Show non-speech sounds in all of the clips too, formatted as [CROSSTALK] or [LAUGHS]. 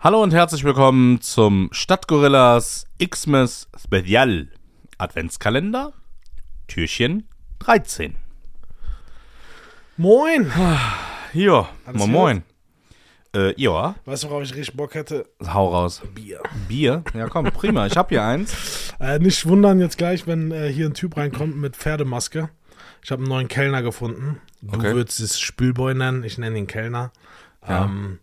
Hallo und herzlich willkommen zum Stadtgorillas Xmas Special Adventskalender Türchen 13. Moin! Jo, Alles moin moin. Äh, ja, Weißt du, worauf ich richtig Bock hätte? hau raus. Bier. Bier? Ja komm, prima, ich hab hier eins. Äh, nicht wundern jetzt gleich, wenn äh, hier ein Typ reinkommt mit Pferdemaske. Ich habe einen neuen Kellner gefunden. Du Okay. würdest es Spülboy nennen, ich nenne ihn Kellner. Ähm,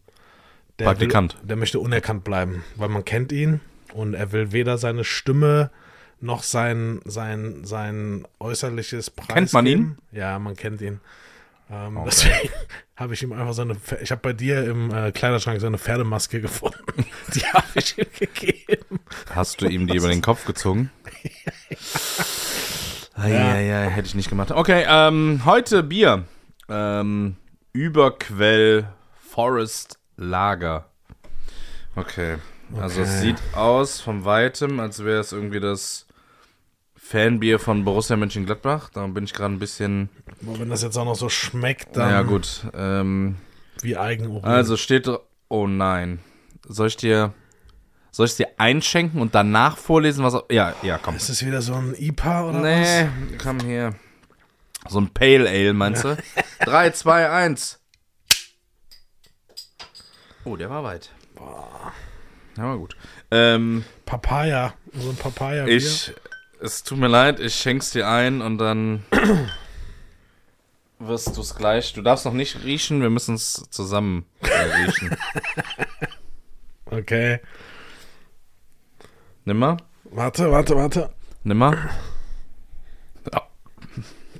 der Praktikant. Will, der möchte unerkannt bleiben, weil man kennt ihn und er will weder seine Stimme noch sein, sein, sein äußerliches Preis. Kennt man geben. Ja, man kennt ihn. Ähm, Deswegen [LAUGHS] habe ich ihm einfach so eine. Pfer- Ich habe bei dir im äh, Kleiderschrank so eine Pferdemaske gefunden. [LAUGHS] Die habe ich ihm gegeben. Hast du ihm die über den Kopf [LAUGHS] gezogen? ja. ja, ja, hätte ich nicht gemacht. Okay, ähm, heute Bier. Ähm, Überquell Forest Lager. Okay. Also es sieht aus von weitem, als wäre es irgendwie das Fanbier von Borussia Mönchengladbach. Da bin ich gerade ein bisschen. Aber wenn das jetzt auch noch so schmeckt, dann Naja, gut. Ähm, wie Eigenurin. also steht. Oh nein. Soll ich dir. Soll ich dir einschenken und danach vorlesen, was. Ja, ja, komm. Ist es wieder so ein IPA oder Nee, was? komm hier. So ein Pale Ale, meinst [LAUGHS] du? 3, 2, 1. Oh, der war weit. Der war gut. Ähm, Papaya. So ein Papaya. ich, es tut mir leid, ich schenk's dir ein und [CLEARS THROAT] dann wirst du's gleich. Du darfst noch nicht riechen, wir müssen's zusammen äh, [LAUGHS] riechen. Okay. Nimmer? Warte, warte, warte. Nimmer?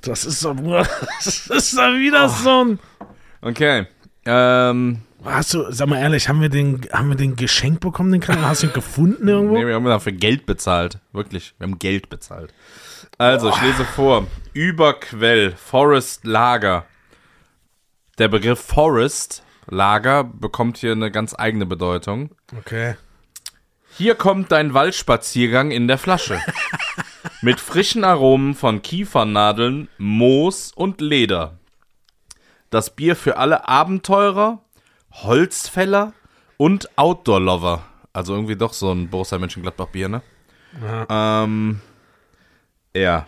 Das ist doch nur. [LAUGHS] Das ist doch Oh. wieder so ein. Okay. Ähm, Hast du, sag mal ehrlich, haben wir den, haben wir den Geschenk bekommen, den [LAUGHS] Kanal? Hast du ihn gefunden irgendwo? Nee, wir haben dafür Geld bezahlt. Wirklich, wir haben Geld bezahlt. Also, ich lese vor. Überquell, Forest Lager. Der Begriff Forest Lager bekommt hier eine ganz eigene Bedeutung. Okay. Hier kommt dein Waldspaziergang in der Flasche. Mit frischen Aromen von Kiefernadeln, Moos und Leder. Das Bier für alle Abenteurer, Holzfäller und Outdoor-Lover. Also irgendwie doch so ein Borussia Mönchengladbach-Bier, ne? Ähm, ja,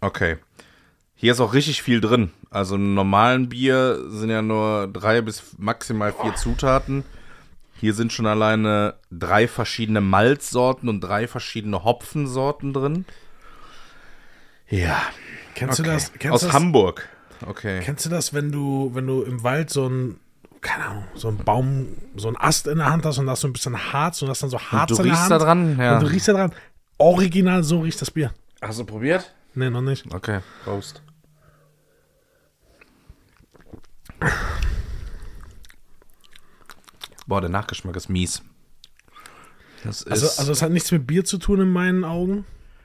okay. Hier ist auch richtig viel drin. Also im normalen Bier sind ja nur drei bis maximal vier Zutaten. Hier sind schon alleine drei verschiedene Malzsorten und drei verschiedene Hopfensorten drin. Ja. Kennst du das? Kennst Aus du das, Hamburg. Okay. Kennst du das, wenn du, wenn du im Wald so ein, keine Ahnung, so ein Baum, so ein Ast in der Hand hast und da ist so ein bisschen Harz und hast dann so Harz du in der riechst Hand. da dran, ja. Und du riechst da dran. Original, so riecht das Bier. Hast du probiert? Nee, noch nicht. Okay. Prost. Boah, der Nachgeschmack ist mies. Das ist. Also, also es hat nichts mit Bier zu tun in meinen Augen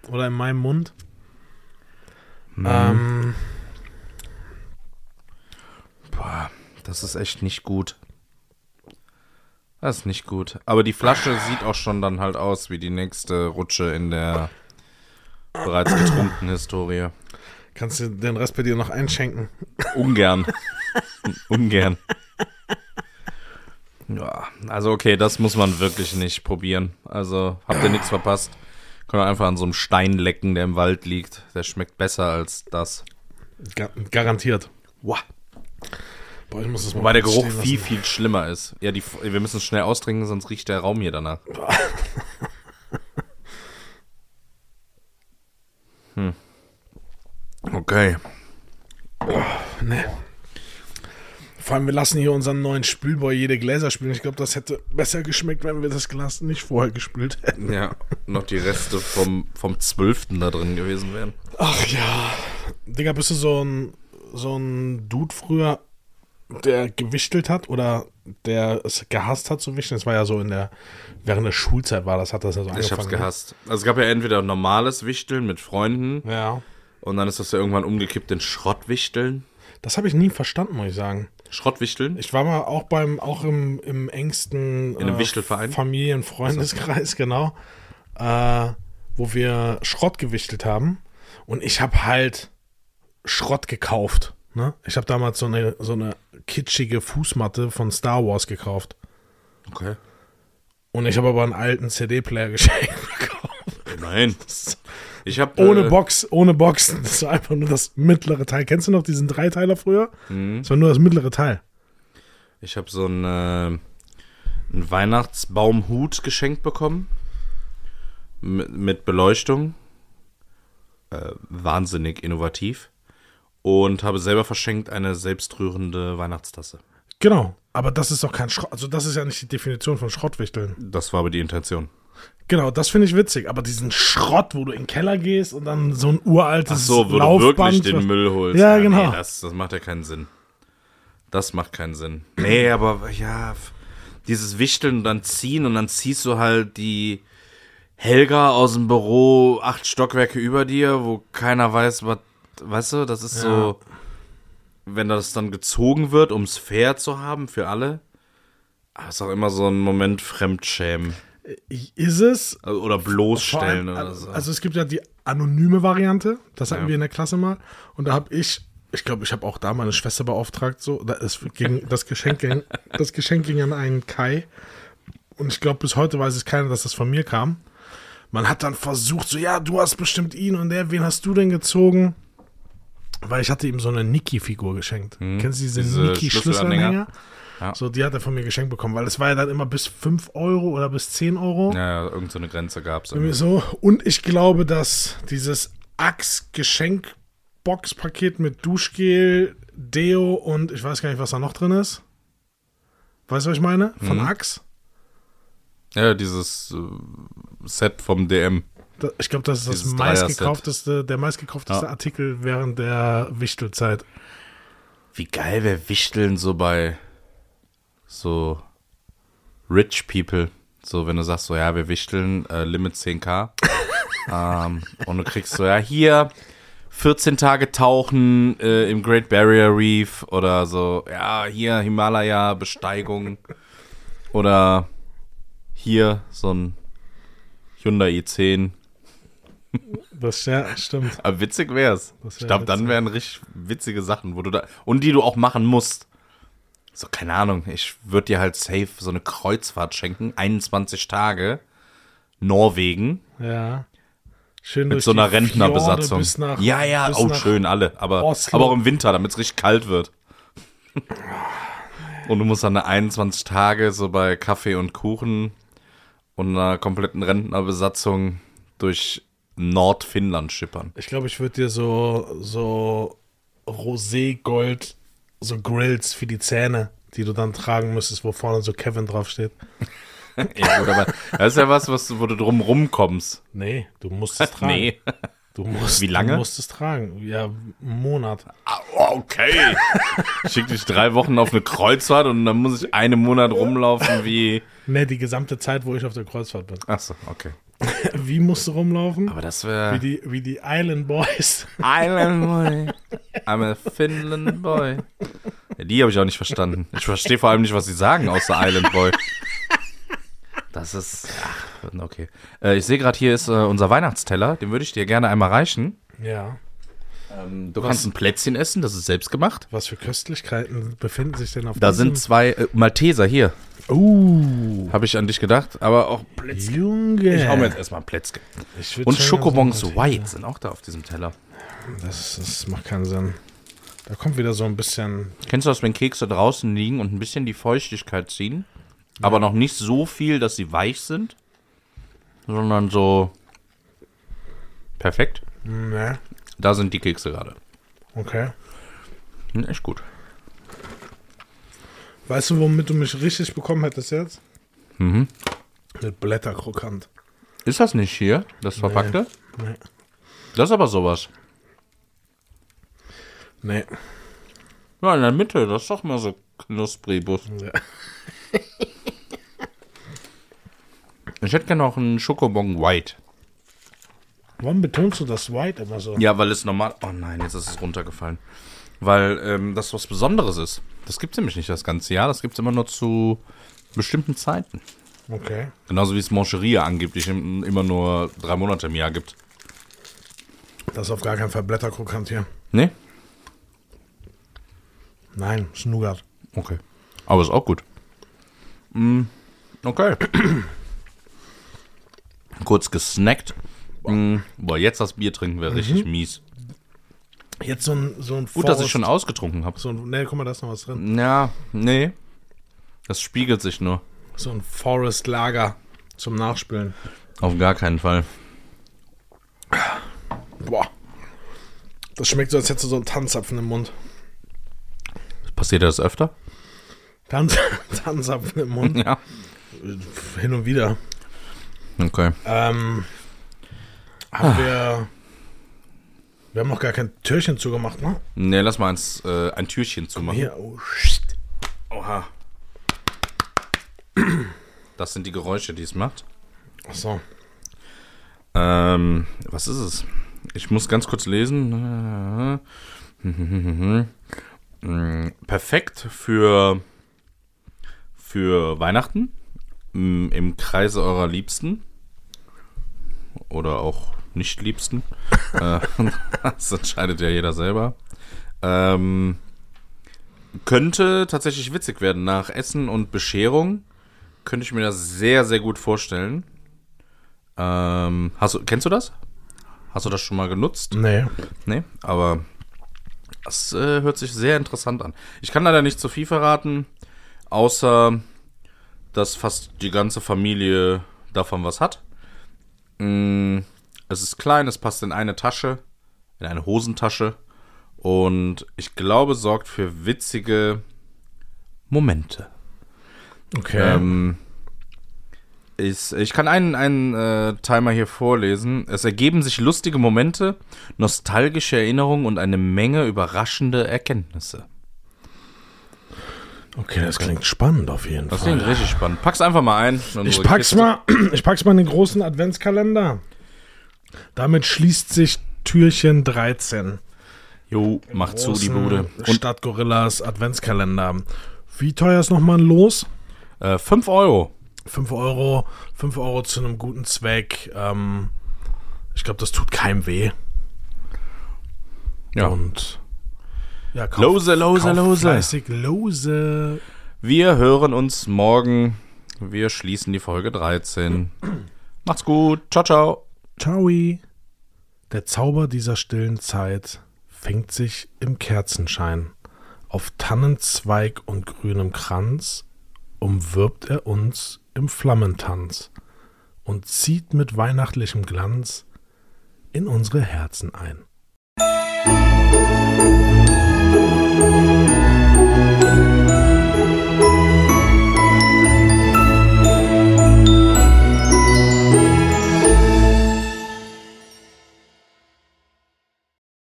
oder in meinem Mund. Ähm, boah, Ah, das ist echt nicht gut. Das ist nicht gut. Aber die Flasche sieht auch schon dann halt aus wie die nächste Rutsche in der bereits getrunkenen Historie. kannst du den Rest bei dir noch einschenken? Ungern. [LAUGHS] Ungern. Ja, also okay, das muss man wirklich nicht probieren. Also habt ihr nichts verpasst. Könnt ihr einfach an so einem Stein lecken, der im Wald liegt. Der schmeckt besser als das. Ga garantiert. Wow. Boah, ich muss das mal Wobei der kurz Geruch stehen viel, lassen. viel schlimmer ist. Ja, die, wir müssen es schnell austrinken, sonst riecht der Raum hier [LAUGHS] danach. Hm. Okay. Nee. Vor allem, wir lassen hier unseren neuen Spülboy jede Gläser spülen. Ich glaube, das hätte besser geschmeckt, wenn wir das Glas nicht vorher gespült hätten. Ja, noch die Reste vom, vom 12. da drin gewesen wären. Ach ja. Digga, bist du so ein, so ein Dude früher, der gewichtelt hat oder der es gehasst hat zu wichteln? Das war ja so in der, während der Schulzeit war das, hat das ja so angefangen. Ich hab's ne? gehasst. Also es gab ja entweder normales Wichteln mit Freunden Ja. und dann ist das ja irgendwann umgekippt in Schrottwichteln. Das habe ich nie verstanden, muss ich sagen. Schrottwichteln? Ich war mal auch beim, auch im, im engsten äh, In einem Wichtelverein? Familienfreundeskreis, genau, äh, wo wir Schrott gewichtelt haben. Und ich habe halt Schrott gekauft. Ne? Ich habe damals so eine, so eine kitschige Fußmatte von Star Wars gekauft. Okay. Und ich habe aber einen alten CD-Player [LAUGHS] geschenkt bekommen. [LAUGHS] Nein. Ich habe Ohne äh, Box, ohne Boxen. Das war einfach nur das mittlere Teil. Kennst du noch diesen Dreiteiler früher? Mhm. Das war nur das mittlere Teil. Ich habe so einen, äh, einen Weihnachtsbaumhut geschenkt bekommen. Mit, mit Beleuchtung. Äh, wahnsinnig innovativ. Und habe selber verschenkt eine selbstrührende Weihnachtstasse. Genau. Aber das ist doch kein Schrott. Also, das ist ja nicht die Definition von Schrottwichteln. Das war aber die Intention. Genau, das finde ich witzig. Aber diesen Schrott, wo du in den Keller gehst und dann so ein uraltes So, wo Laufband. du wirklich den Müll holst. Ja, nee, genau. das, das macht ja keinen Sinn. Das macht keinen Sinn. Nee, aber ja, f- dieses Wichteln und dann ziehen und dann ziehst du halt die Helga aus dem Büro acht Stockwerke über dir, wo keiner weiß, was, weißt du, das ist so, wenn das dann gezogen wird, um es fair zu haben für alle. Aber es ist auch immer so ein Moment Fremdschämen Ist es? Also- oder Vor bloßstellen allem, oder also, so. also es gibt ja die anonyme Variante, das hatten Ja. wir in der Klasse mal. Und da habe ich, ich glaube, ich habe auch da meine Schwester beauftragt, so, da ist, ging, das, [LAUGHS] Geschenk ging, das Geschenk ging an einen Kai. Und ich glaube, bis heute weiß es keiner, dass das von mir kam. Man hat dann versucht, so, ja, du hast bestimmt ihn und der, wen hast du denn gezogen? Weil ich hatte ihm so eine Niki-Figur geschenkt. Kennst du diese, Hm, Diese Niki-Schlüsselanhänger? Schlüsselanhänger. Ja. So, die hat er von mir geschenkt bekommen, weil es war ja dann immer bis 5 Euro oder bis 10 Euro. ja, ja, irgend so eine Grenze gab es. Irgendwie so. Und ich glaube, dass dieses Axe-Geschenk-Box-Paket mit Duschgel, Deo und ich weiß gar nicht, was da noch drin ist. Weißt du, was ich meine? Von Mhm. Axe. Ja, dieses äh, Set vom DM. Da- Ich glaube, das ist das Dieses Dreier-Set. meistgekaufteste, der meistgekaufteste Ja. Artikel während der Wichtelzeit. Wie geil wäre Wichteln so bei so Rich People. So, wenn du sagst, so, ja, wir wichteln, äh, Limit 10k. [LAUGHS] ähm, und du kriegst so, ja, hier 14 Tage tauchen äh, im Great Barrier Reef oder so, ja, hier Himalaya, Besteigung. Oder hier so ein Hyundai i10. Das ja, stimmt. Aber witzig wär's. Das wär ich glaube, dann witzig. wären richtig witzige Sachen, wo du da. Und die du auch machen musst. So, keine Ahnung. Ich würde dir halt safe so eine Kreuzfahrt schenken. 21 Tage. Norwegen. Ja. Schön Mit durch so die einer Fjorde Rentnerbesatzung. Bis nach, ja, ja, bis oh, nach- schön, alle. Aber, Oslo. aber auch im Winter, damit es richtig kalt [LAUGHS] wird. und du musst dann eine 21 Tage so bei Kaffee und Kuchen und einer kompletten Rentnerbesatzung durch Nordfinnland schippern. Ich glaube, ich würde dir so, so Roségold, so Grills für die Zähne, die du dann tragen müsstest, wo vorne so Kevin draufsteht. Ja, gut, aber das ist ja was, was wo du drum rumkommst. Nee, du musst [LAUGHS] es tragen. Nee. Du musst, Wie lange? Du musst es tragen. Ja, einen Monat. Ah, Okay. Schick dich drei Wochen auf eine Kreuzfahrt und dann muss ich einen Monat rumlaufen wie. Nee, die gesamte Zeit, wo ich auf der Kreuzfahrt bin. [LAUGHS] Achso, okay. Wie musst du rumlaufen? Aber das Wie wäre. die, wie die Island Boys. [LAUGHS] Island Boy. I'm a Finland Boy. Ja, die habe ich auch nicht verstanden. Ich verstehe vor allem nicht, was sie sagen, außer Island Boy. Das ist. Ach, okay. Äh, ich sehe gerade, hier ist äh, unser Weihnachtsteller. Den würde ich dir gerne einmal reichen. Ja. Du kannst ein Plätzchen essen, das ist selbst gemacht. Was für Köstlichkeiten befinden sich denn auf Da sind Uh. zwei äh, Malteser hier. Oh, Habe ich an dich gedacht, aber auch Plätzchen. Junge. Ich hau mir jetzt erstmal ein Plätzchen. Ich würd Und schon Schokobons gerne so- White sind auch da auf diesem Teller. Das, das macht keinen Sinn. Da kommt wieder so ein bisschen Kennst du das, wenn Kekse draußen liegen und ein bisschen die Feuchtigkeit ziehen, aber noch nicht so viel, dass sie weich sind, sondern so perfekt? Ne, Da sind die Kekse gerade. okay. Hm, echt gut. Weißt du, womit du mich richtig bekommen hättest jetzt? Mhm. Mit Blätterkrokant. Ist das nicht hier, das Verpackte? Nee. Das ist aber sowas. Nee. Ja, in der Mitte, das ist doch mal so knuspribus. Ja. [LAUGHS] Ich hätte gerne noch einen Schokobon White. Warum betonst du das White immer so? Ja, weil es normal. Oh nein, jetzt ist es runtergefallen. Weil ähm, das was Besonderes ist. Das gibt's nämlich nicht das ganze Jahr. Das gibt's immer nur zu bestimmten Zeiten. Okay. Genauso wie es Mancheria angeblich im, immer nur drei Monate im Jahr gibt. Das ist auf gar keinen Fall Blätterkrokant hier. Nee? Nein, ist Nougat. [CLEARS THROAT] Okay. Aber ist auch gut. Mm, okay. kurz gesnackt. Mm, boah, Mhm. jetzt das Bier trinken wäre richtig mies. Jetzt so ein, so ein Gut, dass ich schon ausgetrunken habe. So ein, nee, guck mal, da ist noch was drin. Ja, nee. Das spiegelt sich nur. So ein Forest Lager zum Nachspülen. Auf gar keinen Fall. Boah. Das schmeckt so, als hättest du so einen Tanzapfen im Mund. Passiert das öfter? Tanz, [LAUGHS] Tanzapfen im Mund. Ja. Hin und wieder. Okay. Ähm, Ah. haben wir. Wir haben noch gar kein Türchen zugemacht, ne? Nee, lass mal eins, äh, ein Türchen zumachen. Hier, oh shit. Oha. Das sind die Geräusche, die es macht. Achso. Ähm, was ist es? Ich muss ganz kurz lesen. Mm, Perfekt für, für Weihnachten mm, im Kreise eurer Liebsten oder auch nicht Liebsten. Äh, [LAUGHS] das entscheidet ja jeder selber. Ähm, könnte tatsächlich witzig werden. Nach Essen und Bescherung könnte ich mir das sehr, sehr gut vorstellen. Ähm, hast du, kennst du das? Hast du das schon mal genutzt? Nee. Nee, aber das äh, hört sich sehr interessant an. Ich kann leider nicht zu viel verraten, außer dass fast die ganze Familie davon was hat. Mm, es ist klein, es passt in eine Tasche, in eine Hosentasche und ich glaube, sorgt für witzige Momente. Okay. Ähm, ich, ich kann einen, einen äh, Timer hier vorlesen. Es ergeben sich lustige Momente, nostalgische Erinnerungen und eine Menge überraschende Erkenntnisse. okay, das klingt spannend auf jeden Das klingt richtig spannend. Pack's einfach mal ein. in Ich unsere pack's, Oh, Kiste. mal, [CLEARS THROAT] ich pack's mal in den großen Adventskalender. Damit schließt sich Türchen 13. Jo, mach zu, die Großen Bude. Und Stadt Gorillas Adventskalender. Wie teuer ist nochmal ein Los? äh, 5 Euro. 5 Euro, 5 Euro zu einem guten Zweck. Ähm, ich glaube, das tut keinem weh. Ja. Und ja, kauf, Lose, lose, kauf lose. Fleißig, lose. Wir hören uns morgen. Wir schließen die Folge 13. Macht's gut. Ciao, ciao. Ciao. Der Zauber dieser stillen Zeit fängt sich im Kerzenschein. Auf Tannenzweig und grünem Kranz umwirbt er uns im Flammentanz und zieht mit weihnachtlichem Glanz in unsere Herzen ein.